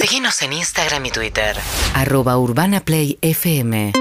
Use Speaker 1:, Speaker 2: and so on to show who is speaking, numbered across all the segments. Speaker 1: Seguinos en Instagram y Twitter.
Speaker 2: Arroba Urbana Play FM.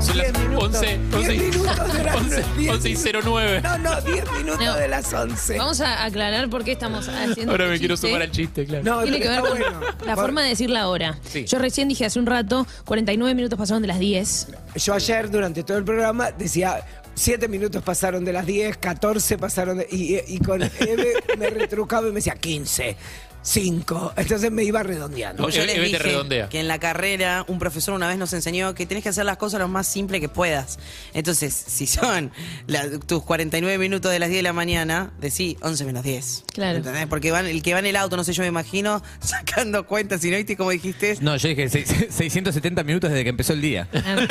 Speaker 3: Son las
Speaker 4: 10 minutos.
Speaker 3: 11,
Speaker 4: 10 minutos de las
Speaker 3: 11,
Speaker 4: 10
Speaker 3: 11 y
Speaker 4: minutos.
Speaker 3: 09.
Speaker 4: No, no, 10 minutos
Speaker 5: No.
Speaker 4: de las 11.
Speaker 5: Vamos a aclarar por qué estamos haciendo.
Speaker 3: Ahora me
Speaker 5: este
Speaker 3: quiero
Speaker 5: chiste.
Speaker 3: sumar al chiste, claro.
Speaker 4: No,
Speaker 5: Tiene que ver
Speaker 4: está
Speaker 5: con
Speaker 4: bueno.
Speaker 5: la
Speaker 4: Por-
Speaker 5: forma de decir la hora.
Speaker 3: Sí.
Speaker 5: Yo recién dije hace un rato, 49 minutos pasaron de las 10.
Speaker 4: Yo ayer, durante todo el programa, decía. 7 minutos pasaron de las 10, 14 pasaron de- y, y con Eve me retrucaba y me decía 15, 5. Entonces me iba redondeando.
Speaker 3: No,
Speaker 6: Yo les
Speaker 3: Eve te
Speaker 6: dije
Speaker 3: redondea.
Speaker 6: que en la carrera un profesor una vez nos enseñó que tenés que hacer las cosas lo más simple que puedas. Entonces, si son la- tus 49 minutos de las 10 de la mañana, decí 11 menos 10.
Speaker 5: Claro.
Speaker 6: ¿Entendés? Porque van, el que va en el auto, no sé, yo me imagino sacando cuentas, y no viste como dijiste.
Speaker 7: No, yo dije seis- 670 minutos desde que empezó el día. Para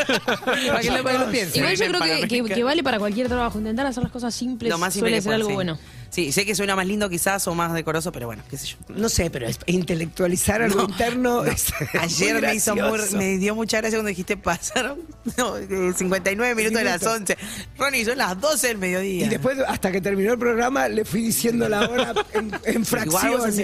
Speaker 7: que lo, para que lo piensen.
Speaker 5: Ah. Igual yo creo
Speaker 6: en
Speaker 5: que, que-
Speaker 6: Panamérica.
Speaker 5: que vale para cualquier trabajo. Intentar hacer las cosas simples
Speaker 6: Lo más simple
Speaker 5: suele
Speaker 6: que
Speaker 5: ser
Speaker 6: puedas,
Speaker 5: algo
Speaker 6: sí.
Speaker 5: bueno.
Speaker 6: Sí, sé que suena más lindo quizás o más decoroso, pero bueno, qué sé yo.
Speaker 4: No sé, pero es- intelectualizar algo interno es
Speaker 6: Ayer
Speaker 4: muy
Speaker 6: me, hizo muy-
Speaker 4: gracioso.
Speaker 6: me dio mucha gracia cuando dijiste pasaron no, eh, 59 minutos de las 11. Ronnie, son las 12 del mediodía.
Speaker 4: Y después, hasta que terminó el programa, le fui diciendo la hora en, en
Speaker 6: Igual vos hacés lo que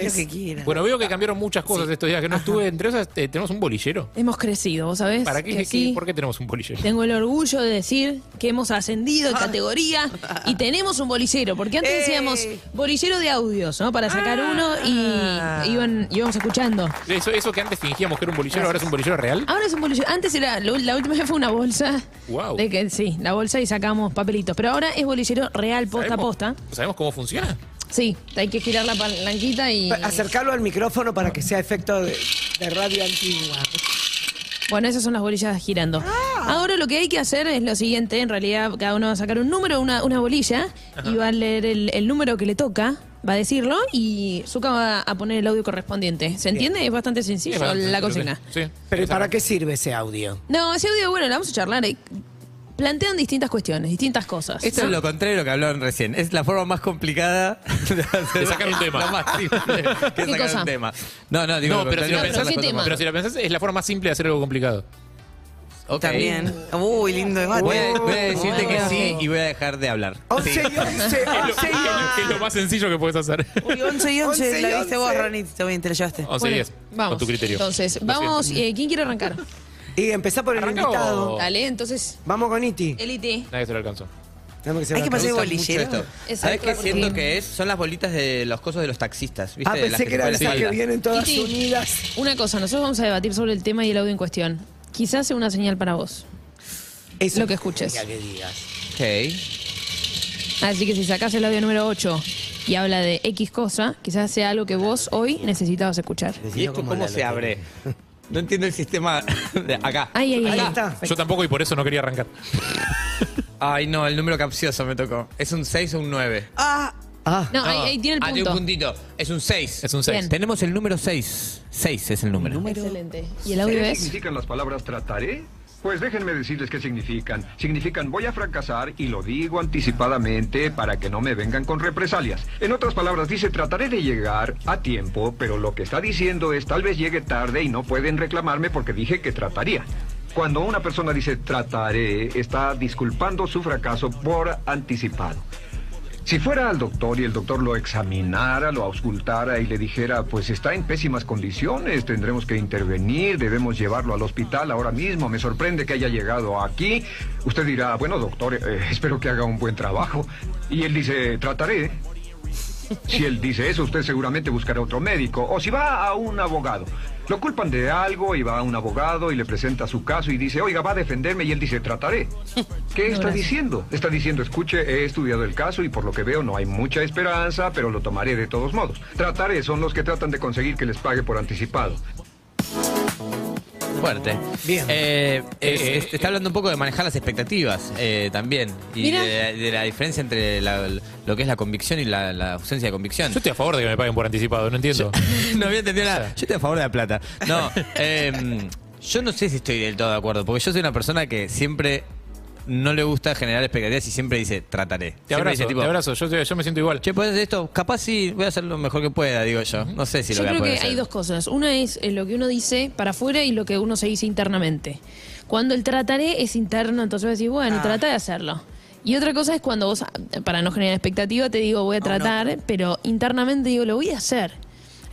Speaker 4: fracciones.
Speaker 6: quieras.
Speaker 3: Bueno, veo que cambiaron muchas cosas estos días que no estuve. Entre esas, eh, tenemos un bolillero.
Speaker 5: Hemos crecido, ¿vos sabés?
Speaker 3: ¿Para qué?
Speaker 5: Que
Speaker 3: ¿Qué-
Speaker 5: sí.
Speaker 3: ¿Por qué tenemos un bolillero?
Speaker 5: Tengo el orgullo de decir que hemos ascendido de categoría y tenemos un bolillero, porque antes
Speaker 6: ¡Eh!
Speaker 5: decíamos bolillero de audios, ¿no? Para sacar uno y iban, íbamos escuchando.
Speaker 3: Eso, eso que antes fingíamos que era un bolillero, ahora es un bolillero real.
Speaker 5: Ahora es un bolillero. Antes era, lo- la última vez fue una bolsa.
Speaker 3: Guau.
Speaker 5: De que, sí, la bolsa y sacamos papelitos. Pero ahora es bolillero real, posta a
Speaker 3: ¿Sabemos-
Speaker 5: posta.
Speaker 3: ¿Sabemos cómo funciona?
Speaker 5: Sí, hay que girar la palanquita y.
Speaker 4: Acercarlo al micrófono para que sea efecto de, de radio antigua.
Speaker 5: Bueno, esas son las bolillas girando. Ahora lo que hay que hacer es lo siguiente, en realidad cada uno va a sacar un número, una, una bolilla, y va a leer el, el número que le toca, va a decirlo, y Zuka va a poner el audio correspondiente. ¿Se entiende? Es bastante sencillo
Speaker 3: Sí, bueno,
Speaker 5: la
Speaker 3: creo que-
Speaker 5: consigna.
Speaker 3: Sí.
Speaker 4: Pero ¿y ¿para qué sirve ese audio?
Speaker 5: No, ese audio, bueno, lo vamos a charlar. eh. Plantean distintas cuestiones, distintas cosas.
Speaker 7: Esto es lo contrario de lo que hablaron recién. Es la forma más complicada de, hacer-
Speaker 3: De sacar un tema.
Speaker 7: la más simple que sacar
Speaker 5: cosa?
Speaker 7: un tema. No, no, digo,
Speaker 3: No,
Speaker 7: lo
Speaker 3: pero si,
Speaker 7: contrario
Speaker 3: lo
Speaker 5: pero
Speaker 7: de
Speaker 3: pensás,
Speaker 5: ¿qué
Speaker 7: hacer las
Speaker 5: tema?
Speaker 7: cosas
Speaker 3: pero si lo pensás, es la forma más simple de hacer algo complicado.
Speaker 7: más- Ok.
Speaker 6: También. Uy, lindo debate.
Speaker 7: Voy a, voy a decirte que
Speaker 5: Bueno.
Speaker 7: sí y voy a dejar de hablar.
Speaker 4: 11 y 11,
Speaker 3: Es lo,
Speaker 4: 11 y
Speaker 5: Ah,
Speaker 3: es lo más sencillo que puedes hacer.
Speaker 6: Uy, 11 y 11,
Speaker 4: Once y
Speaker 6: la viste vos,
Speaker 4: once.
Speaker 6: Ronnie, está bien, te la llevaste.
Speaker 3: 11 y 10.
Speaker 5: Vamos.
Speaker 3: Con tu criterio.
Speaker 5: Entonces,
Speaker 3: Lo
Speaker 5: vamos.
Speaker 3: siento. Oh.
Speaker 5: eh, ¿Quién quiere arrancar?
Speaker 4: Y empezá por el
Speaker 3: Arranca
Speaker 4: invitado.
Speaker 3: vos.
Speaker 5: Dale, entonces,
Speaker 4: Vamos con Iti.
Speaker 5: el IT.
Speaker 3: Nadie se lo alcanzó.
Speaker 4: Tenemos
Speaker 6: Hay que
Speaker 4: va a
Speaker 6: pasar
Speaker 4: acabar.
Speaker 6: igual. bolillero.
Speaker 7: ¿Sabes
Speaker 5: Exacto,
Speaker 7: qué
Speaker 5: porque-
Speaker 7: siento que es? Son las bolitas de los cosos de los taxistas. ¿viste?
Speaker 4: Ah,
Speaker 7: De las
Speaker 4: pensé que
Speaker 7: te
Speaker 4: eran
Speaker 7: ponen
Speaker 4: esas que
Speaker 7: espalda.
Speaker 4: vienen todas
Speaker 5: Iti.
Speaker 4: unidas.
Speaker 5: Una cosa, nosotros vamos a debatir sobre el tema y el audio en cuestión. Quizás sea una señal para vos.
Speaker 4: Eso
Speaker 5: Lo que escuches.
Speaker 4: quería que digas.
Speaker 7: Ok.
Speaker 5: Así que si sacás el audio número 8 y habla de X cosa, quizás sea algo que vos hoy necesitabas escuchar.
Speaker 7: ¿Y esto cómo se abre? No entiendo el sistema de acá.
Speaker 5: Ay, ay,
Speaker 4: Ahí
Speaker 5: ay.
Speaker 4: está.
Speaker 3: Yo tampoco y por eso no quería arrancar.
Speaker 7: Ay, no, el número capcioso me tocó. ¿Es un 6 o un 9?
Speaker 6: Ah,
Speaker 4: Ah,
Speaker 5: No, ahí, ahí tiene el
Speaker 7: Ah, tiene un
Speaker 5: punto.
Speaker 7: puntito. Es un 6.
Speaker 3: Es un 6.
Speaker 5: Bien.
Speaker 7: Tenemos el número 6. 6 es el número.
Speaker 5: Excelente. ¿Y el audio
Speaker 8: ¿Qué
Speaker 5: es?
Speaker 8: significan las palabras trataré? Pues déjenme decirles qué significan. Significan voy a fracasar y lo digo anticipadamente para que no me vengan con represalias. En otras palabras dice trataré de llegar a tiempo, pero lo que está diciendo es tal vez llegue tarde y no pueden reclamarme porque dije que trataría. Cuando una persona dice trataré, está disculpando su fracaso por anticipado. Si fuera al doctor y el doctor lo examinara, lo auscultara y le dijera, pues está en pésimas condiciones, tendremos que intervenir, debemos llevarlo al hospital ahora mismo, me sorprende que haya llegado aquí, usted dirá, bueno doctor, eh, espero que haga un buen trabajo. Y él dice, trataré. Si él dice eso, usted seguramente buscará otro médico. O si va a un abogado. Lo culpan de algo y va a un abogado y le presenta su caso y dice, oiga, va a defenderme y él dice, trataré. ¿Qué
Speaker 5: No,
Speaker 8: está
Speaker 5: gracias.
Speaker 8: diciendo? Está diciendo, escuche, he estudiado el caso y por lo que veo no hay mucha esperanza, pero lo tomaré de todos modos. Trataré son los que tratan de conseguir que les pague por anticipado.
Speaker 7: Fuerte.
Speaker 4: Bien.
Speaker 7: Eh, es-
Speaker 3: Eh,
Speaker 7: es- está hablando un poco de manejar las expectativas eh, también. Y
Speaker 5: Mira.
Speaker 7: de, de la diferencia entre la- lo que es la convicción y la, la ausencia de convicción.
Speaker 3: Yo estoy a favor de que me paguen por anticipado, no entiendo.
Speaker 7: no había entendido nada. Yo estoy a favor de la plata. No, eh, yo no sé si estoy del todo de acuerdo, porque yo soy una persona que siempre no le gusta generar expectativas y siempre dice, trataré.
Speaker 3: Te
Speaker 7: Siempre
Speaker 3: abrazo,
Speaker 7: dice, tipo,
Speaker 3: te abrazo. Yo, te- yo me siento igual.
Speaker 7: Che, ¿puedes hacer esto? Capaz sí, voy a hacer lo mejor que pueda, digo yo. No sé si
Speaker 5: Yo
Speaker 7: lo voy a
Speaker 5: creo
Speaker 7: poder
Speaker 5: que
Speaker 7: hacer.
Speaker 5: hay dos cosas. Una es eh, lo que uno dice para afuera y lo que uno se dice internamente. Cuando el trataré es interno, entonces vos decís, bueno,
Speaker 6: Ah.
Speaker 5: trata de hacerlo. Y otra cosa es cuando vos, ah, para no generar expectativa, te digo, voy a tratar, pero internamente digo, lo voy a hacer.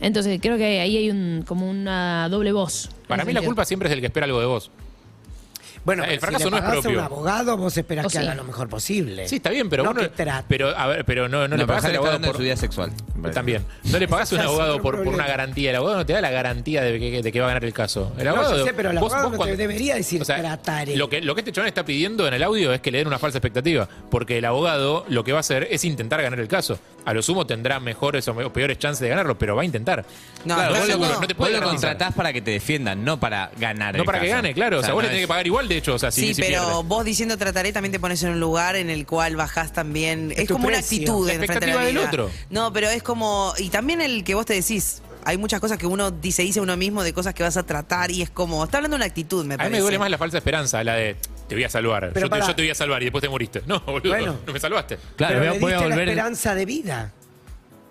Speaker 5: Entonces creo que ahí hay un, como una doble voz. en
Speaker 3: Para
Speaker 5: ese
Speaker 3: mí la
Speaker 5: sentido.
Speaker 3: culpa siempre es del que espera algo de vos.
Speaker 4: Bueno,
Speaker 3: Eh,
Speaker 4: pero
Speaker 3: El
Speaker 4: si
Speaker 3: fracaso
Speaker 4: le
Speaker 3: no es
Speaker 4: pagás
Speaker 3: propio.
Speaker 4: a un abogado, vos esperás
Speaker 5: O
Speaker 4: que
Speaker 5: sí.
Speaker 4: haga lo mejor posible.
Speaker 3: Sí, está bien, pero
Speaker 4: no
Speaker 3: bueno,
Speaker 4: que trate.
Speaker 3: pero a ver, pero no, no, le pagás
Speaker 7: pasa
Speaker 3: al
Speaker 7: que está
Speaker 3: abogado
Speaker 7: hablando de
Speaker 3: por
Speaker 7: su vida sexual. me parece.
Speaker 3: También. No le pagás a un
Speaker 4: Ese es
Speaker 3: abogado
Speaker 4: otro
Speaker 3: por, por
Speaker 4: problema.
Speaker 3: una garantía. El abogado no te da la garantía de que, de que va a ganar el caso. El
Speaker 4: No,
Speaker 3: abogado,
Speaker 4: yo sé, pero el abogado no te debería decir, eh. "Trataré".
Speaker 3: Lo que, lo que este chabón está pidiendo en el audio es que le den una falsa expectativa. Porque el abogado lo que va a hacer es intentar ganar el caso. A lo sumo tendrá mejores o me- o peores chances de ganarlo, pero va a intentar.
Speaker 6: No,
Speaker 7: Claro,
Speaker 6: no,
Speaker 7: vos, lo,
Speaker 6: no,
Speaker 7: con-
Speaker 3: no te
Speaker 7: vos
Speaker 3: puede
Speaker 7: lo
Speaker 3: garantizar.
Speaker 7: contratás para que te defiendan, no para ganar.
Speaker 3: No
Speaker 7: el
Speaker 3: para que
Speaker 7: caso.
Speaker 3: gane, claro. O sea, vos le
Speaker 7: no
Speaker 3: tenés
Speaker 7: es-
Speaker 3: que pagar igual, de hecho. O sea, si,
Speaker 6: Sí,
Speaker 3: si
Speaker 6: pero
Speaker 3: pierde.
Speaker 6: vos diciendo trataré también te pones en un lugar en el cual bajás también. Es,
Speaker 4: tu
Speaker 6: como una
Speaker 4: precio.
Speaker 6: actitud
Speaker 3: La
Speaker 6: en frente a la
Speaker 3: expectativa del
Speaker 6: vida.
Speaker 3: otro.
Speaker 6: No, pero es como. Y también el que vos te decís. Hay muchas cosas que uno dice, dice uno mismo de cosas que vas a tratar y es como. Está hablando de una actitud, me
Speaker 3: A mí
Speaker 6: parece.
Speaker 3: me duele más la falsa esperanza, la de te voy a salvar.
Speaker 4: Pero
Speaker 3: Yo te,
Speaker 4: pará.
Speaker 3: yo te voy a salvar y después te moriste. No, boludo.
Speaker 4: Bueno.
Speaker 3: No me salvaste.
Speaker 7: Claro,
Speaker 4: pero
Speaker 7: voy a-
Speaker 4: le
Speaker 7: voy a
Speaker 4: diste
Speaker 7: volver
Speaker 4: la
Speaker 7: en-
Speaker 4: esperanza de vida.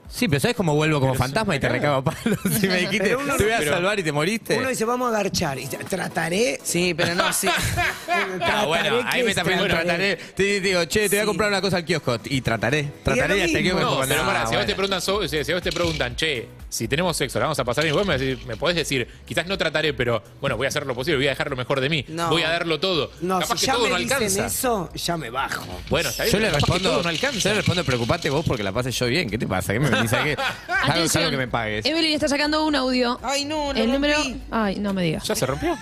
Speaker 7: Sí, pero ¿sabes cómo vuelvo como fantasma y te recago a palos? Si me dijiste,
Speaker 4: Pero uno
Speaker 7: te voy
Speaker 4: no-
Speaker 7: a
Speaker 4: pero-
Speaker 7: salvar y te moriste.
Speaker 4: Uno dice, vamos a garchar. Y trataré.
Speaker 6: Sí, pero no, sí.
Speaker 7: Ah,
Speaker 4: trataré
Speaker 7: bueno,
Speaker 4: que
Speaker 7: ahí me
Speaker 4: es
Speaker 7: está pidiendo trataré. Te te digo, che, te voy a comprar una cosa al kiosco y trataré. Trataré y hasta que
Speaker 4: mismo.
Speaker 7: es
Speaker 3: No,
Speaker 7: como,
Speaker 3: pero
Speaker 7: nah,
Speaker 3: pará, si, a vos te
Speaker 7: bueno.
Speaker 3: preguntan, so- si, si a vos te preguntan, che, si tenemos sexo, la vamos a pasar bien, vos me, decís- me podés decir, quizás no trataré, pero bueno, voy a hacer lo posible, voy a dejar lo mejor de mí,
Speaker 6: No.
Speaker 3: voy a darlo todo.
Speaker 4: No,
Speaker 3: capaz
Speaker 4: si
Speaker 3: que
Speaker 4: ya
Speaker 3: todo
Speaker 4: me
Speaker 3: no
Speaker 4: dicen
Speaker 3: alcanza.
Speaker 4: eso, ya me bajo.
Speaker 3: Bueno, está bien,
Speaker 7: Yo le,
Speaker 3: pero capaz que todo
Speaker 7: respondo,
Speaker 3: no alcanza.
Speaker 7: yo le respondo, preocupate vos porque la pase yo bien. ¿Qué te pasa? ¿Qué me venís a qué? Algo,
Speaker 5: Atención,
Speaker 7: que me pagues.
Speaker 5: Evelyn está sacando un audio.
Speaker 6: Ay, no, lo
Speaker 5: El número.
Speaker 6: rompí.
Speaker 5: Ay, no me digas.
Speaker 3: ¿Ya se rompió?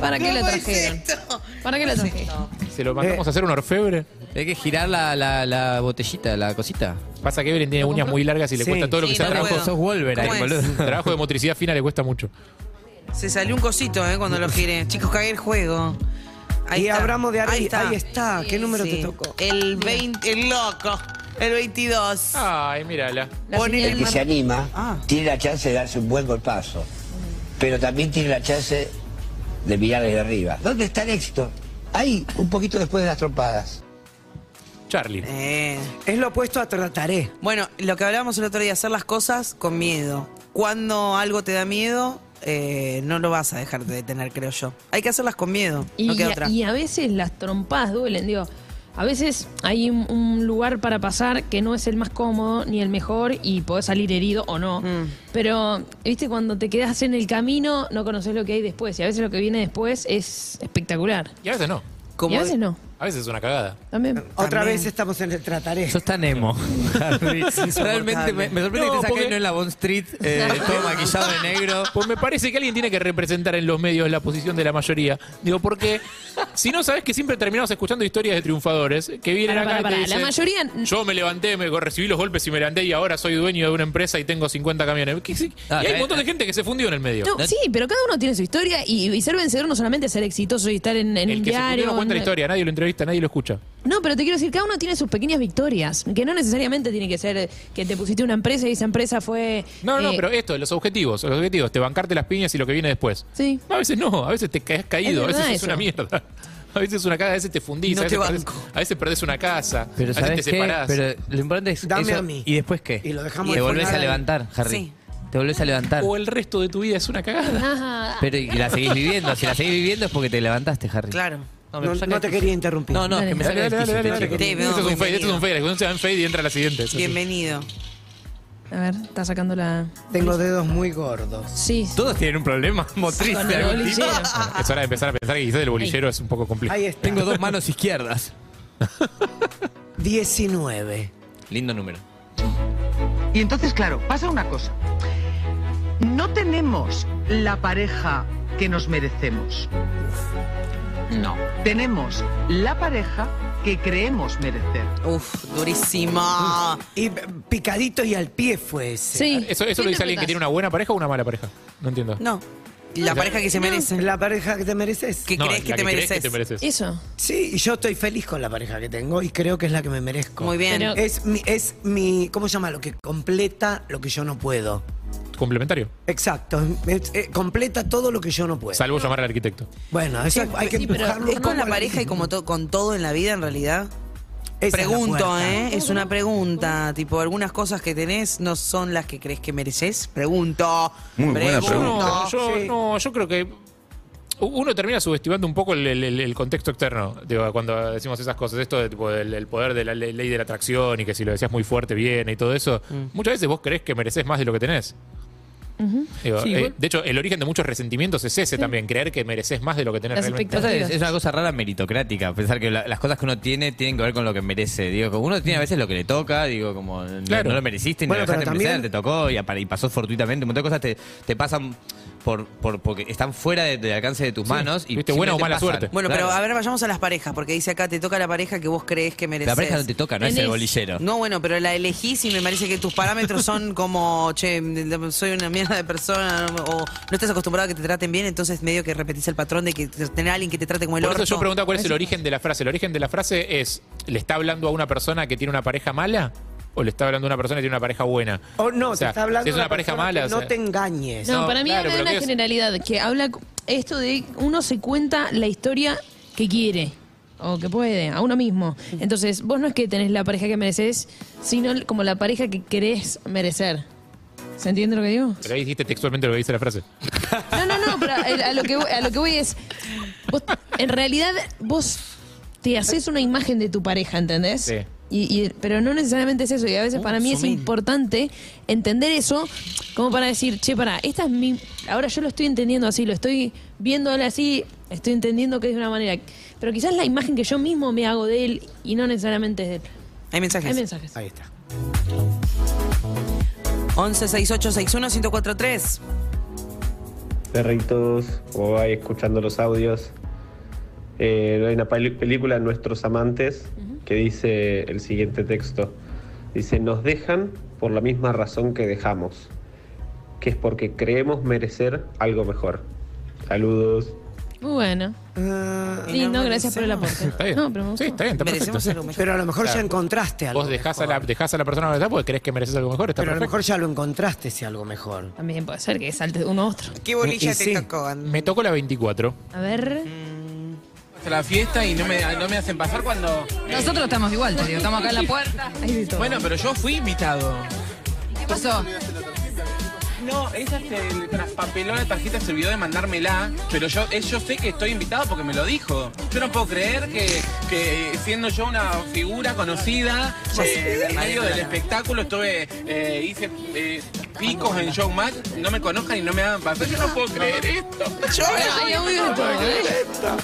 Speaker 5: ¿Para qué lo
Speaker 6: ¿Cómo es
Speaker 5: trajeron?
Speaker 6: esto?
Speaker 5: ¿Para qué lo trajeron?
Speaker 3: ¿Se lo mandamos a hacer un orfebre?
Speaker 7: Hay que girar la, la, la botellita, la cosita.
Speaker 3: Pasa que Evelyn tiene uñas muy largas y le
Speaker 4: Sí.
Speaker 3: cuesta todo lo que
Speaker 6: Sí,
Speaker 3: sea
Speaker 6: no
Speaker 3: trabajo.
Speaker 6: puedo.
Speaker 7: Sos Wolverine,
Speaker 6: ¿Cómo es?
Speaker 7: boludo.
Speaker 3: Trabajo de motricidad fina le cuesta mucho.
Speaker 6: Se salió un cosito, ¿eh? Cuando lo giré. Chicos, cagué el juego.
Speaker 4: Y hablamos de ahí. Ahí está. ¿Qué número te tocó?
Speaker 6: El 20. El loco. El 22.
Speaker 3: Ay, mírala.
Speaker 5: Ah. La
Speaker 6: Pone
Speaker 5: señal
Speaker 6: el
Speaker 9: que
Speaker 5: mar-
Speaker 9: se anima
Speaker 6: Ah.
Speaker 9: tiene la chance de darse un buen golpazo, pero también tiene la chance de mirar desde arriba. ¿Dónde está el éxito? Ahí, un poquito después de las trompadas.
Speaker 3: Charlie.
Speaker 6: Eh.
Speaker 4: Es lo opuesto a trataré.
Speaker 6: Bueno, lo que hablábamos el otro día, hacer las cosas con miedo. Cuando algo te da miedo, eh, no lo vas a dejar de tener, creo yo. Hay que hacerlas con miedo.
Speaker 5: Y,
Speaker 6: no queda
Speaker 5: a-
Speaker 6: otra.
Speaker 5: y a veces las trompadas duelen, digo. A veces hay un, un lugar para pasar que no es el más cómodo ni el mejor y podés salir herido o no.
Speaker 6: Mm.
Speaker 5: Pero, viste, cuando te quedas en el camino no conoces lo que hay después y a veces lo que viene después es espectacular.
Speaker 3: Y a veces no.
Speaker 6: Como-
Speaker 5: Y a veces no,
Speaker 3: A veces es una cagada.
Speaker 5: también.
Speaker 4: Otra
Speaker 6: También.
Speaker 4: vez estamos en el trataré.
Speaker 7: Sos tan emo. Realmente me, me sorprende
Speaker 3: No,
Speaker 7: que te
Speaker 3: porque-
Speaker 7: saquen en la Bond Street, eh, todo maquillado de negro.
Speaker 3: Pues me parece que alguien tiene que representar en los medios la posición de la mayoría. Digo, porque si no sabes que siempre terminamos escuchando historias de triunfadores que vienen
Speaker 5: Pará,
Speaker 3: acá
Speaker 5: pará,
Speaker 3: y te
Speaker 5: pará. La
Speaker 3: dicen,
Speaker 5: mayoría-
Speaker 3: Yo me levanté, me recibí los golpes y me levanté y ahora soy dueño de una empresa y tengo 50 camiones. ¿Qué- qué-
Speaker 7: Ah,
Speaker 3: y hay
Speaker 7: eh,
Speaker 3: un montón de gente que se fundió en el medio.
Speaker 5: No, sí, pero cada uno tiene su historia y, y ser vencedor no solamente es ser exitoso y estar en, en
Speaker 3: el
Speaker 5: un
Speaker 3: que se
Speaker 5: diario.
Speaker 3: fundió no cuenta la
Speaker 5: en-
Speaker 3: historia, nadie lo entrevista, nadie lo escucha.
Speaker 5: No, pero te quiero decir, cada uno tiene sus pequeñas victorias, que no necesariamente tiene que ser que te pusiste una empresa y esa empresa fue...
Speaker 3: No, no,
Speaker 5: eh,
Speaker 3: pero esto, los objetivos, los objetivos, te bancarte las piñas y lo que viene después.
Speaker 5: Sí.
Speaker 3: A veces no, a veces te caes caído, a
Speaker 5: Es
Speaker 3: veces
Speaker 5: verdad
Speaker 3: es una
Speaker 5: eso.
Speaker 3: mierda. A veces es una caga, a veces te fundís,
Speaker 6: No
Speaker 3: a, veces
Speaker 6: te
Speaker 3: perdés,
Speaker 6: banco.
Speaker 3: a veces perdés una casa,
Speaker 7: Pero
Speaker 3: a veces te
Speaker 7: ¿sabes qué?
Speaker 3: separás.
Speaker 7: Pero lo importante es
Speaker 4: Dame
Speaker 7: eso,
Speaker 4: a mí.
Speaker 7: ¿Y después qué?
Speaker 4: Y lo dejamos
Speaker 7: Te
Speaker 4: de
Speaker 7: volvés a
Speaker 4: follar.
Speaker 7: levantar, Harry.
Speaker 6: Sí.
Speaker 7: Te volvés a levantar.
Speaker 3: o el resto de tu vida es una cagada.
Speaker 5: Ajá.
Speaker 7: Pero y la seguís viviendo. Si la seguís viviendo es porque te levantaste, Harry.
Speaker 6: Claro.
Speaker 7: No, me
Speaker 4: No,
Speaker 7: saca
Speaker 4: no te
Speaker 7: de-
Speaker 4: quería interrumpir.
Speaker 7: No, no, es que me saca
Speaker 3: Dale,
Speaker 7: de
Speaker 3: dale, dale,
Speaker 7: quicio,
Speaker 3: dale,
Speaker 7: chico.
Speaker 3: dale.
Speaker 6: Sí, no,
Speaker 3: Esto es un fade, esto es
Speaker 6: bienvenido.
Speaker 3: un fade. La cuestión se va en fade y entra la siguiente. eso sí.
Speaker 6: Bienvenido.
Speaker 5: A ver, está sacando la...
Speaker 4: Tengo dedos muy gordos.
Speaker 5: Sí.
Speaker 7: Todos tienen un problema motriz
Speaker 5: Con
Speaker 7: de
Speaker 5: el
Speaker 7: algún tipo.
Speaker 5: bolillero.
Speaker 3: Bueno, es hora de empezar a pensar que quizás el bolillero es un poco complicado.
Speaker 4: Ahí está.
Speaker 7: Tengo dos manos izquierdas.
Speaker 4: 19.
Speaker 7: Lindo número.
Speaker 10: Y entonces, claro, pasa una cosa. No tenemos la pareja que nos merecemos. No. Tenemos la pareja que creemos merecer.
Speaker 6: Uf, durísimo.
Speaker 4: Y eh, picadito y al pie fue ese.
Speaker 5: Sí.
Speaker 3: Eso, eso
Speaker 5: ¿Qué
Speaker 3: lo dice alguien que tiene una buena pareja o una mala pareja. No entiendo.
Speaker 6: No. La pareja que se merece.
Speaker 4: La pareja que te mereces.
Speaker 6: Que
Speaker 3: No,
Speaker 6: crees que
Speaker 3: la
Speaker 6: te
Speaker 3: crees
Speaker 6: mereces.
Speaker 3: que te mereces.
Speaker 5: Eso.
Speaker 4: Sí, y yo estoy feliz con la pareja que tengo y creo que es la que me merezco.
Speaker 6: Muy bien.
Speaker 5: Pero-
Speaker 4: Es mi, es mi, ¿cómo se llama? Lo que completa lo que yo no puedo.
Speaker 3: Complementario.
Speaker 4: Exacto, es- eh, completa todo lo que yo no puedo.
Speaker 3: Salvo llamar al arquitecto.
Speaker 4: bueno, eso
Speaker 6: Sí,
Speaker 4: hay que
Speaker 6: sí, pero
Speaker 4: empujarlo.
Speaker 6: es con la pareja y como to- con todo en la vida, en realidad. Pregunto, ¿eh? Es una pregunta. Tipo, algunas cosas que tenés no son las que crees que mereces. Pregunto.
Speaker 11: Muy buena
Speaker 3: Yo no,
Speaker 11: pregunta.
Speaker 3: yo, no, yo creo que. uno termina subestimando un poco el, el- el- el contexto externo digo, cuando decimos esas cosas. Esto de, tipo, el, el poder de la le- ley de la atracción y que si lo decías muy fuerte viene y todo eso.
Speaker 7: Mm.
Speaker 3: Muchas veces vos crees que mereces más de lo que tenés. Digo,
Speaker 7: Sí,
Speaker 3: eh,
Speaker 7: igual-
Speaker 3: de hecho, el origen de muchos resentimientos es ese también, creer que mereces más de lo que tenés
Speaker 5: Las
Speaker 3: realmente.
Speaker 7: Pasa que Es, es una cosa rara meritocrática, pensar que la- las cosas que uno tiene tienen que ver con lo que merece. Digo, como uno tiene a veces lo que le toca, digo, como no-
Speaker 3: Claro.
Speaker 7: no lo mereciste, ni
Speaker 4: Bueno,
Speaker 7: lo
Speaker 4: pero
Speaker 7: dejaste
Speaker 4: también-
Speaker 7: merecer, te tocó y, apa- y pasó fortuitamente. Un montón de cosas te, te pasan por, por- porque están fuera de- del alcance de tus manos. y
Speaker 3: Tuviste buena o
Speaker 7: simplemente
Speaker 3: mala
Speaker 7: pasan.
Speaker 3: suerte.
Speaker 6: Bueno,
Speaker 7: Claro.
Speaker 6: pero a ver, vayamos a las parejas, porque dice acá, te toca la pareja que vos crees que mereces.
Speaker 7: La pareja no te toca, no es
Speaker 5: Tenés-
Speaker 7: el bolillero.
Speaker 6: No, bueno, pero la elegís y me parece que tus parámetros son como, che, soy una mierda de persona o no estás acostumbrado a que te traten bien, entonces medio que repetís el patrón de que tener a alguien que te trate como el
Speaker 3: Por eso
Speaker 6: orto.
Speaker 3: yo preguntaba cuál es el origen de la frase. El origen de la frase es, ¿le está hablando a una persona que tiene una pareja mala? ¿O le está hablando a una persona que tiene una pareja buena?
Speaker 4: O Oh, no,
Speaker 3: O
Speaker 4: te
Speaker 3: sea,
Speaker 4: está hablando
Speaker 3: si es una pareja
Speaker 4: persona
Speaker 3: mala.
Speaker 4: que
Speaker 3: o
Speaker 4: No
Speaker 3: sea-
Speaker 4: te engañes.
Speaker 5: No,
Speaker 3: No,
Speaker 5: para mí
Speaker 3: claro,
Speaker 5: habla de
Speaker 3: pero
Speaker 5: una
Speaker 3: que es-
Speaker 5: generalidad que habla c- esto de uno se cuenta la historia que quiere o que puede, a uno mismo. Entonces, vos no es que tenés la pareja que mereces, sino l- como la pareja que querés merecer. ¿Se entiende lo que digo?
Speaker 3: Pero ahí dijiste textualmente lo que dice la frase.
Speaker 5: No, no, no, pero a, a lo, que voy, a lo que voy es. vos- en realidad, vos te haces una imagen de tu pareja, ¿entendés?
Speaker 3: Sí. Uh,
Speaker 5: Y, y- pero no necesariamente es eso, y a veces para mí es
Speaker 6: sumín.
Speaker 5: importante entender eso como para decir, che, para, esta es mi. Ahora yo lo estoy entendiendo así, lo estoy viendo a él así, estoy entendiendo que es de una manera. Pero quizás la imagen que yo mismo me hago de él y no necesariamente es de él.
Speaker 6: Hay mensajes.
Speaker 5: Hay mensajes.
Speaker 4: Ahí está.
Speaker 6: 11 68 61 1043.
Speaker 10: Perritos, o ahí escuchando los audios. Eh, hay una peli- película, Nuestros Amantes, que dice el siguiente texto. Dice, nos dejan por la misma razón que dejamos, que es porque creemos merecer algo mejor. Saludos.
Speaker 5: Muy bueno. Lindo, gracias por el aporte.
Speaker 3: Está bien.
Speaker 5: No, pero me
Speaker 3: sí,
Speaker 5: gustó.
Speaker 3: está bien, está perfecto.
Speaker 6: Merecemos algo mejor.
Speaker 4: Pero a lo mejor ya encontraste algo.
Speaker 3: Vos dejás a,
Speaker 4: mejor.
Speaker 3: la, dejás a la persona donde está porque crees que mereces algo mejor. Está
Speaker 4: Pero a lo
Speaker 3: perfecto.
Speaker 4: mejor ya lo encontraste si algo mejor.
Speaker 5: También puede ser que salte de uno a otro.
Speaker 6: ¿Qué bolilla
Speaker 4: Y
Speaker 6: te
Speaker 4: sí.
Speaker 6: tocó? And-
Speaker 3: Me tocó la 24.
Speaker 5: A ver.
Speaker 10: La fiesta y no me, no me hacen pasar cuando... eh,
Speaker 11: Nosotros estamos igual, te digo, estamos acá en la puerta.
Speaker 5: Hay de todo.
Speaker 10: pero yo fui invitado.
Speaker 11: ¿Qué pasó?
Speaker 10: No, ella se traspapeló la tarjeta, se olvidó de mandármela, pero yo, eh, yo sé que estoy invitado porque me lo dijo. Yo no puedo creer que, que siendo yo una figura conocida, eh, en el medio del espectáculo estuve, eh, hice eh, picos en Showmatch, no me conozcan y no me hagan pasar. Yo no puedo creer esto.
Speaker 5: Bueno, hay audio de todo, ¿eh?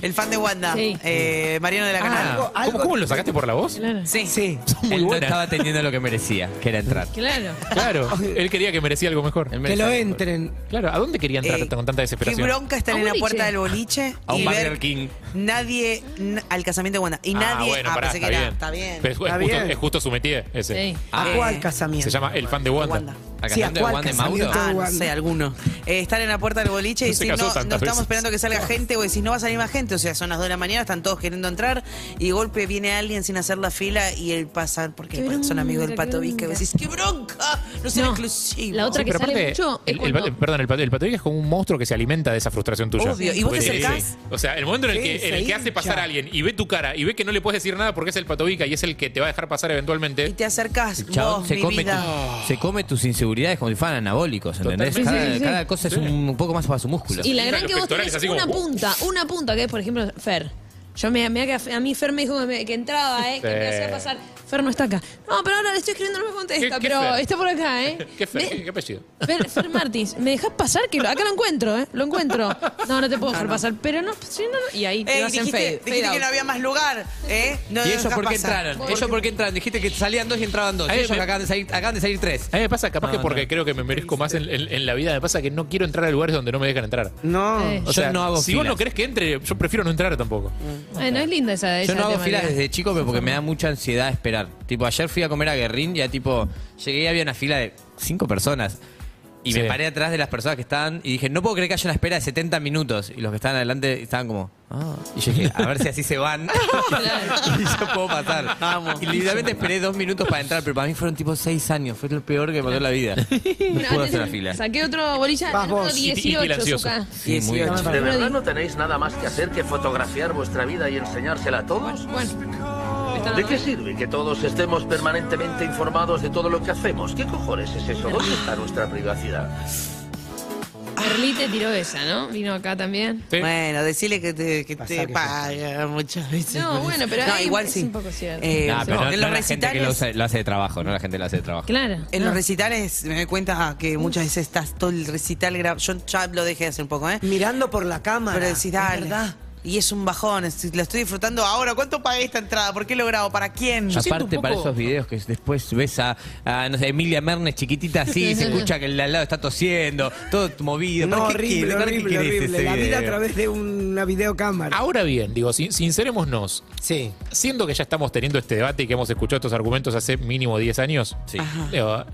Speaker 6: El fan de Wanda,
Speaker 5: Sí. Ah.
Speaker 6: eh, Mariano de la Canal.
Speaker 4: Algo- algo-
Speaker 3: ¿Cómo, cómo lo sacaste por la voz?
Speaker 5: Claro.
Speaker 6: Sí.
Speaker 4: Sí.
Speaker 7: Él no estaba teniendo lo que merecía, que era entrar.
Speaker 5: Claro.
Speaker 3: Claro, él quería que merecía algo mejor.
Speaker 7: Él
Speaker 4: Que lo
Speaker 7: merecía-
Speaker 4: entren.
Speaker 3: Claro, ¿a dónde quería entrar
Speaker 6: Eh,
Speaker 3: con tanta
Speaker 6: Qué
Speaker 3: desesperación?
Speaker 6: bronca estar
Speaker 5: A un
Speaker 6: en la
Speaker 5: boliche.
Speaker 6: puerta del boliche
Speaker 7: A un
Speaker 6: y
Speaker 7: Burger
Speaker 6: ver
Speaker 7: King.
Speaker 6: nadie n- al casamiento de Wanda. Y
Speaker 3: Ah,
Speaker 6: nadie.
Speaker 3: bueno,
Speaker 6: ah,
Speaker 3: pará,
Speaker 6: pensé que
Speaker 3: está,
Speaker 6: era-
Speaker 3: bien.
Speaker 6: está bien.
Speaker 3: Pero es,
Speaker 4: Está
Speaker 3: es justo,
Speaker 4: bien.
Speaker 3: es justo su metida ese.
Speaker 5: Sí.
Speaker 6: Ah.
Speaker 4: ¿A cuál casamiento?
Speaker 3: Se llama El fan de Wanda.
Speaker 6: Wanda.
Speaker 7: ¿Al
Speaker 4: Sí, ¿a
Speaker 7: cantante
Speaker 4: cuál
Speaker 7: Juan de
Speaker 4: casamiento?
Speaker 7: Mauro?
Speaker 6: Ah, no
Speaker 4: Wanda.
Speaker 6: sé, alguno. Eh, estar en la puerta del boliche y
Speaker 3: No se
Speaker 6: decir,
Speaker 3: casó
Speaker 6: no, no
Speaker 3: tantas
Speaker 6: estamos
Speaker 3: veces".
Speaker 6: esperando que salga gente, o decir, no va a salir más gente. O sea, son las 2 de la mañana, están todos queriendo entrar, y de golpe viene alguien sin hacer la fila y él pasa, porque
Speaker 5: Qué
Speaker 6: son
Speaker 5: bronca,
Speaker 6: amigos del Pato
Speaker 5: qué
Speaker 6: Vizca, y
Speaker 5: bronca.
Speaker 6: decís, ¡qué bronca! No son
Speaker 5: No,
Speaker 6: exclusivos.
Speaker 5: la otra
Speaker 3: Sí,
Speaker 5: que
Speaker 3: pero
Speaker 5: sale
Speaker 3: aparte,
Speaker 5: mucho es
Speaker 3: el, el-
Speaker 5: cuando-
Speaker 3: perdón, el, pato- el patobica es como un monstruo que se alimenta de esa frustración tuya.
Speaker 6: Obvio, y vos te
Speaker 3: Porque te
Speaker 6: acercás.
Speaker 3: dice- O sea, el momento en el
Speaker 4: Sí,
Speaker 3: que, en
Speaker 4: se
Speaker 3: el que hace
Speaker 4: hincha.
Speaker 3: pasar a alguien y ve tu cara y ve que no le puedes decir nada porque es el patobica y es el que te va a dejar pasar
Speaker 6: Y
Speaker 3: eventualmente.
Speaker 6: te acercás,
Speaker 7: El chabón
Speaker 6: vos,
Speaker 7: se,
Speaker 6: mi
Speaker 7: come
Speaker 6: vida.
Speaker 7: tu- se come tus inseguridades como si fueran anabólicos, ¿entendés?
Speaker 3: Totalmente.
Speaker 7: Cada,
Speaker 5: Sí, sí, sí.
Speaker 7: cada cosa es un, un poco más para su músculo.
Speaker 5: Y la
Speaker 3: Sí,
Speaker 5: gran que
Speaker 3: los
Speaker 5: vos
Speaker 3: pectorales
Speaker 5: tenés
Speaker 3: así
Speaker 5: una
Speaker 3: como-
Speaker 5: punta, una punta que es, por ejemplo, Fer. Yo me, me- que a- a mí Fer me dijo que, me- que entraba, ¿eh? que
Speaker 3: Sí.
Speaker 5: me hacía pasar. Fer no está acá. No, pero ahora le estoy escribiendo, no me contesta,
Speaker 3: ¿Qué- qué
Speaker 5: pero
Speaker 3: Fer?
Speaker 5: está por acá, ¿eh?
Speaker 3: ¿Qué, fe-
Speaker 5: Me-
Speaker 3: qué- qué apellido?
Speaker 5: Fer, Fer Martins, ¿me dejas pasar? Que lo- acá lo encuentro, ¿eh? Lo encuentro. No, no te puedo dejar pasar, pero no, si no, no- Y ahí te
Speaker 6: Ey,
Speaker 5: vas en
Speaker 6: Eh, dijiste,
Speaker 5: fade, fade
Speaker 6: dijiste que
Speaker 5: out.
Speaker 6: no había más lugar, ¿eh? No
Speaker 7: ¿Y
Speaker 6: nos
Speaker 7: ellos
Speaker 6: dejás
Speaker 7: por qué
Speaker 6: pasar.
Speaker 7: entraron? ¿Ellos por qué entraron? Dijiste que salían dos y entraban dos.
Speaker 3: Ahí
Speaker 7: Ellos
Speaker 3: me-
Speaker 7: acaban, de salir, acaban de salir tres.
Speaker 3: A mí me pasa, capaz
Speaker 7: No,
Speaker 3: que porque
Speaker 7: no.
Speaker 3: creo que me merezco más en, en- en la vida, me pasa que no quiero entrar a lugares donde no me dejan entrar.
Speaker 4: No.
Speaker 5: Eh.
Speaker 7: Yo no hago
Speaker 3: si vos
Speaker 7: filas.
Speaker 3: no querés que entre, yo prefiero no entrar tampoco.
Speaker 5: Ay, no es linda esa.
Speaker 7: Yo
Speaker 5: esa
Speaker 7: no hago
Speaker 5: temática.
Speaker 7: filas desde chico pero porque me da mucha ansiedad esperar. Tipo, ayer fui a comer a Guerrín y ya tipo, llegué y había una fila de cinco personas. Y
Speaker 3: Sí.
Speaker 7: me paré atrás de las personas que estaban y dije, no puedo creer que haya una espera de 70 minutos. Y los que estaban adelante estaban como, ah. Y yo dije, a ver si así se van. y yo puedo pasar. Y literalmente esperé dos minutos para entrar, pero para mí fueron tipo seis años. Fue lo peor que me pasó en la vida. No
Speaker 5: Bueno,
Speaker 7: puedo
Speaker 5: antes
Speaker 7: hacer la fila.
Speaker 5: Saqué otro bolilla,
Speaker 4: Vas
Speaker 5: el número
Speaker 4: vos.
Speaker 3: Y- y
Speaker 5: 18,
Speaker 3: silencioso.
Speaker 5: Zucca.
Speaker 7: Sí, muy bien.
Speaker 11: ¿De verdad no tenéis nada más que hacer que fotografiar vuestra vida y enseñársela a todos?
Speaker 5: Bueno. Están
Speaker 11: ¿De qué sirve que todos estemos permanentemente informados de todo lo que hacemos? ¿Qué cojones es eso? ¿Dónde está nuestra privacidad?
Speaker 5: Merlí te tiró esa, ¿no? Vino acá también.
Speaker 6: Bueno, decirle que te, que te paga muchas veces.
Speaker 5: No,
Speaker 6: por
Speaker 5: bueno,
Speaker 6: eso.
Speaker 5: pero
Speaker 6: No,
Speaker 5: ahí
Speaker 6: igual
Speaker 5: es
Speaker 6: sí.
Speaker 5: un poco cierto.
Speaker 6: Eh,
Speaker 7: Nah, pero
Speaker 6: no,
Speaker 7: no,
Speaker 6: en
Speaker 7: no
Speaker 6: los
Speaker 7: la gente que lo,
Speaker 6: recitales.
Speaker 7: usa- lo hace de trabajo, no la gente lo hace de trabajo.
Speaker 5: Claro. Ah.
Speaker 6: En
Speaker 5: no.
Speaker 6: los recitales me doy cuenta que muchas veces estás todo el recital gra- Yo ya lo dejé hace un poco, ¿eh?
Speaker 4: Mirando por la cámara.
Speaker 6: Pero decís, dale.
Speaker 4: ¿verdad?
Speaker 6: Y es un bajón, es- la estoy disfrutando ahora. ¿Cuánto pagué esta entrada? ¿Por qué lo grabo? ¿Para quién?
Speaker 7: Aparte, para esos videos que después ves a, a, no sé, Emilia Mernes chiquitita así, se escucha que el de al lado está tosiendo, todo movido.
Speaker 4: No,
Speaker 7: ¿Para qué
Speaker 4: horrible,
Speaker 7: quieres? ¿Para qué
Speaker 4: horrible,
Speaker 7: querés
Speaker 4: horrible.
Speaker 7: ese
Speaker 4: La vida a
Speaker 7: video?
Speaker 4: través de una videocámara.
Speaker 3: Ahora bien, digo, sin- sincerémonos.
Speaker 4: Sí.
Speaker 3: Siendo que ya estamos teniendo este debate y que hemos escuchado estos argumentos hace mínimo 10 años,
Speaker 7: Sí.
Speaker 3: digo,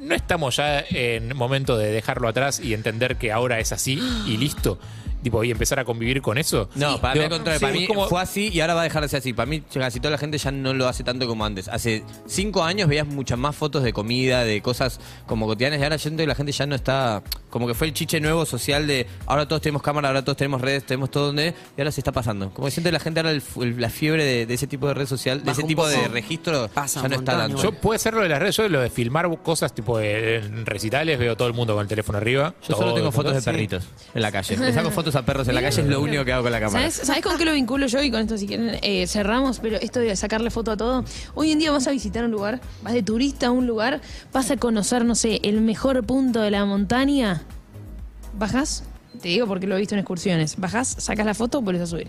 Speaker 3: no estamos ya en momento de dejarlo atrás y entender que ahora es así y listo. Tipo, y empezar a convivir con eso.
Speaker 7: No, para mí
Speaker 3: Digo,
Speaker 7: al contrario,
Speaker 3: sí,
Speaker 7: para mí
Speaker 3: es como-
Speaker 7: fue así y ahora va a dejar de ser así. Para mí casi toda la gente ya no lo hace tanto como antes. Hace cinco años veías muchas más fotos de comida, de cosas como cotidianas y ahora siento que la gente ya no está... Como que fue el chiche nuevo social de ahora todos tenemos cámara, ahora todos tenemos redes, tenemos todo donde... Y ahora se está pasando. Como que siento que la gente ahora el- el- la fiebre de, de ese tipo de red social, de
Speaker 6: Baja
Speaker 7: ese
Speaker 6: un
Speaker 7: tipo de
Speaker 6: poco.
Speaker 7: registro,
Speaker 6: Pasa
Speaker 7: ya
Speaker 6: un
Speaker 7: no está
Speaker 6: montón
Speaker 7: tanto.
Speaker 3: Yo puede ser lo de las redes, yo lo de filmar cosas tipo eh, en recitales, veo todo el mundo con el teléfono arriba.
Speaker 7: Yo solo
Speaker 3: todo
Speaker 7: tengo
Speaker 3: el mundo.
Speaker 7: fotos de perritos en la calle. Le saco fotos a perros en la calle, es lo único que hago con la cámara.
Speaker 5: ¿Sabes, sabes con qué lo vinculo yo? Y con esto, si quieren, eh, cerramos, pero esto de sacarle foto a todo. Hoy en día vas a visitar un lugar, vas de turista a un lugar, vas a conocer, no sé, el mejor punto de la montaña. Bajas, te digo porque lo he visto en excursiones. Bajas, sacas la foto, volvés a subir.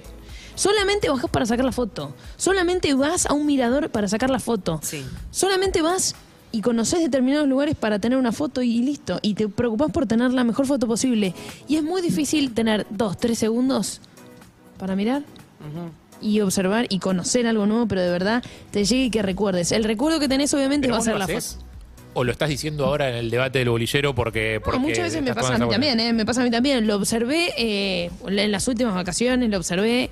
Speaker 5: Solamente bajas para sacar la foto. Solamente vas a un mirador para sacar la foto.
Speaker 6: Sí.
Speaker 5: Solamente vas y conoces determinados lugares para tener una foto y listo. Y te preocupás por tener la mejor foto posible. Y es muy difícil tener dos, tres segundos para mirar y observar y conocer algo nuevo, pero de verdad te llegue y que recuerdes. El recuerdo que tenés obviamente
Speaker 3: ¿Pero
Speaker 5: va a
Speaker 3: vos
Speaker 5: ser
Speaker 3: lo
Speaker 5: la foto.
Speaker 3: hacés? ¿O lo estás diciendo ahora en el debate del bolillero porque...
Speaker 5: No,
Speaker 3: porque
Speaker 5: muchas veces me
Speaker 3: estás
Speaker 5: pasa a mí
Speaker 3: tomando esa
Speaker 5: también, eh, me pasa a mí también. Lo observé eh, en las últimas vacaciones, lo observé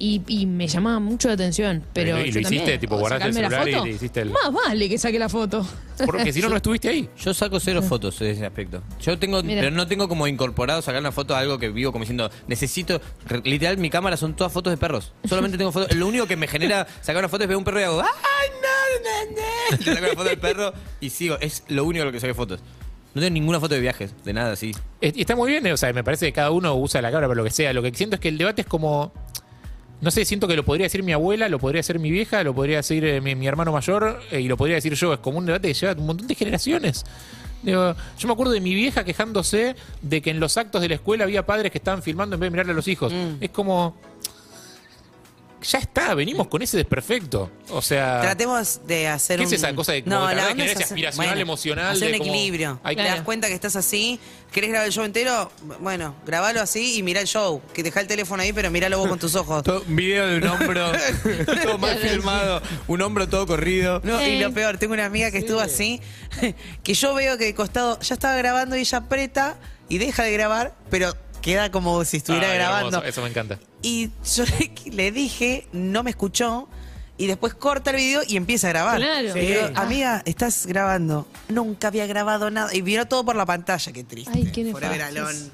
Speaker 5: y, y me llamaba mucho la atención. Pero
Speaker 3: ¿Y lo- y
Speaker 5: yo
Speaker 3: lo hiciste?
Speaker 5: también,
Speaker 3: Tipo,
Speaker 5: o
Speaker 3: guardaste el
Speaker 5: sacarme la
Speaker 3: celular y
Speaker 5: foto,
Speaker 3: le hiciste el-
Speaker 5: Más vale que saque la foto.
Speaker 3: Porque si no, no estuviste ahí.
Speaker 7: Yo saco cero fotos de ese aspecto. Yo tengo,
Speaker 5: Mira.
Speaker 7: pero no tengo como incorporado sacar una foto a algo que vivo como diciendo, necesito, re- literal, mi cámara son todas fotos de perros. Solamente tengo fotos. Lo único que me genera sacar una foto es ver un perro y hago, ¡ay, no, no, no! Te saco una foto del perro y sigo. Es lo único de lo que saqué fotos. No tengo ninguna foto de viajes, de nada así.
Speaker 3: Es- y Está muy bien, eh, o sea, me parece que cada uno usa la cámara para lo que sea. Lo que siento es que el debate es como. No sé, siento que lo podría decir mi abuela, lo podría decir mi vieja, lo podría decir eh, mi, mi hermano mayor eh, y lo podría decir yo. Es como un debate que lleva un montón de generaciones. Digo, yo me acuerdo de mi vieja quejándose de que en los actos de la escuela había padres que estaban filmando en vez de mirarle a los hijos. Es como. Ya está, venimos con ese desperfecto. O sea.
Speaker 6: Tratemos de hacer
Speaker 3: ¿Qué es
Speaker 6: un...
Speaker 3: esa cosa de como
Speaker 6: no,
Speaker 3: que
Speaker 6: la
Speaker 3: acabas de
Speaker 6: onda es
Speaker 3: generar ese
Speaker 6: hacer-
Speaker 3: aspiracional emocional
Speaker 6: Hacer un
Speaker 3: de como-
Speaker 6: equilibrio.
Speaker 3: Ay,
Speaker 6: Te das
Speaker 5: claro.
Speaker 6: cuenta que estás así, querés grabar el show entero, bueno, grabalo así y mirá el show. Que dejá el teléfono ahí, pero miralo vos con tus ojos.
Speaker 7: Todo- un video de un hombro, todo mal filmado, un hombro todo corrido.
Speaker 6: No, y
Speaker 5: Eh.
Speaker 6: lo peor, tengo una amiga que estuvo así, que yo veo que de costado ya estaba grabando y ella aprieta y deja de grabar, pero queda como si estuviera
Speaker 3: Ay,
Speaker 6: grabando.
Speaker 3: Ah, hermoso, eso me encanta.
Speaker 6: Y yo le, le dije, no me escuchó, y después corta el video y empieza a grabar.
Speaker 5: Claro.
Speaker 6: Y digo,
Speaker 5: Sí.
Speaker 6: amiga, estás grabando. Nunca había grabado nada. Y vio todo por la pantalla, qué triste.
Speaker 5: Ay, qué
Speaker 6: Forever
Speaker 5: nefastos.
Speaker 6: alone.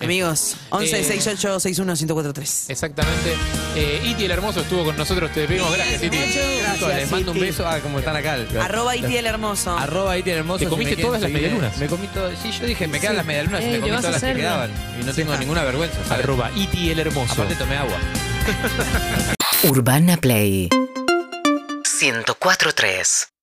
Speaker 3: Eh,
Speaker 6: Amigos, 11 688 61 1043.
Speaker 3: Exactamente. Eh, Iti el Hermoso estuvo con nosotros. Te pedimos gracias, Iti.
Speaker 7: Les mando un beso a como están acá.
Speaker 6: Arroba IT el hermoso.
Speaker 7: Arroba ahí tiene hermoso.
Speaker 3: ¿Te
Speaker 7: si
Speaker 3: comiste
Speaker 7: me quieren
Speaker 3: todas las
Speaker 7: seguir,
Speaker 3: medialunas?
Speaker 7: Me comí todas. Sí, yo dije, me quedan las medialunas
Speaker 5: Ey,
Speaker 7: y me
Speaker 5: ¿le
Speaker 7: comí
Speaker 5: vas a
Speaker 7: todas las que
Speaker 5: hacer?
Speaker 7: quedaban. Y no tengo ninguna vergüenza. ¿sabes?
Speaker 3: Arroba Iti el Hermoso.
Speaker 7: Aparte tomé agua.
Speaker 2: Urbana Play
Speaker 1: 104.3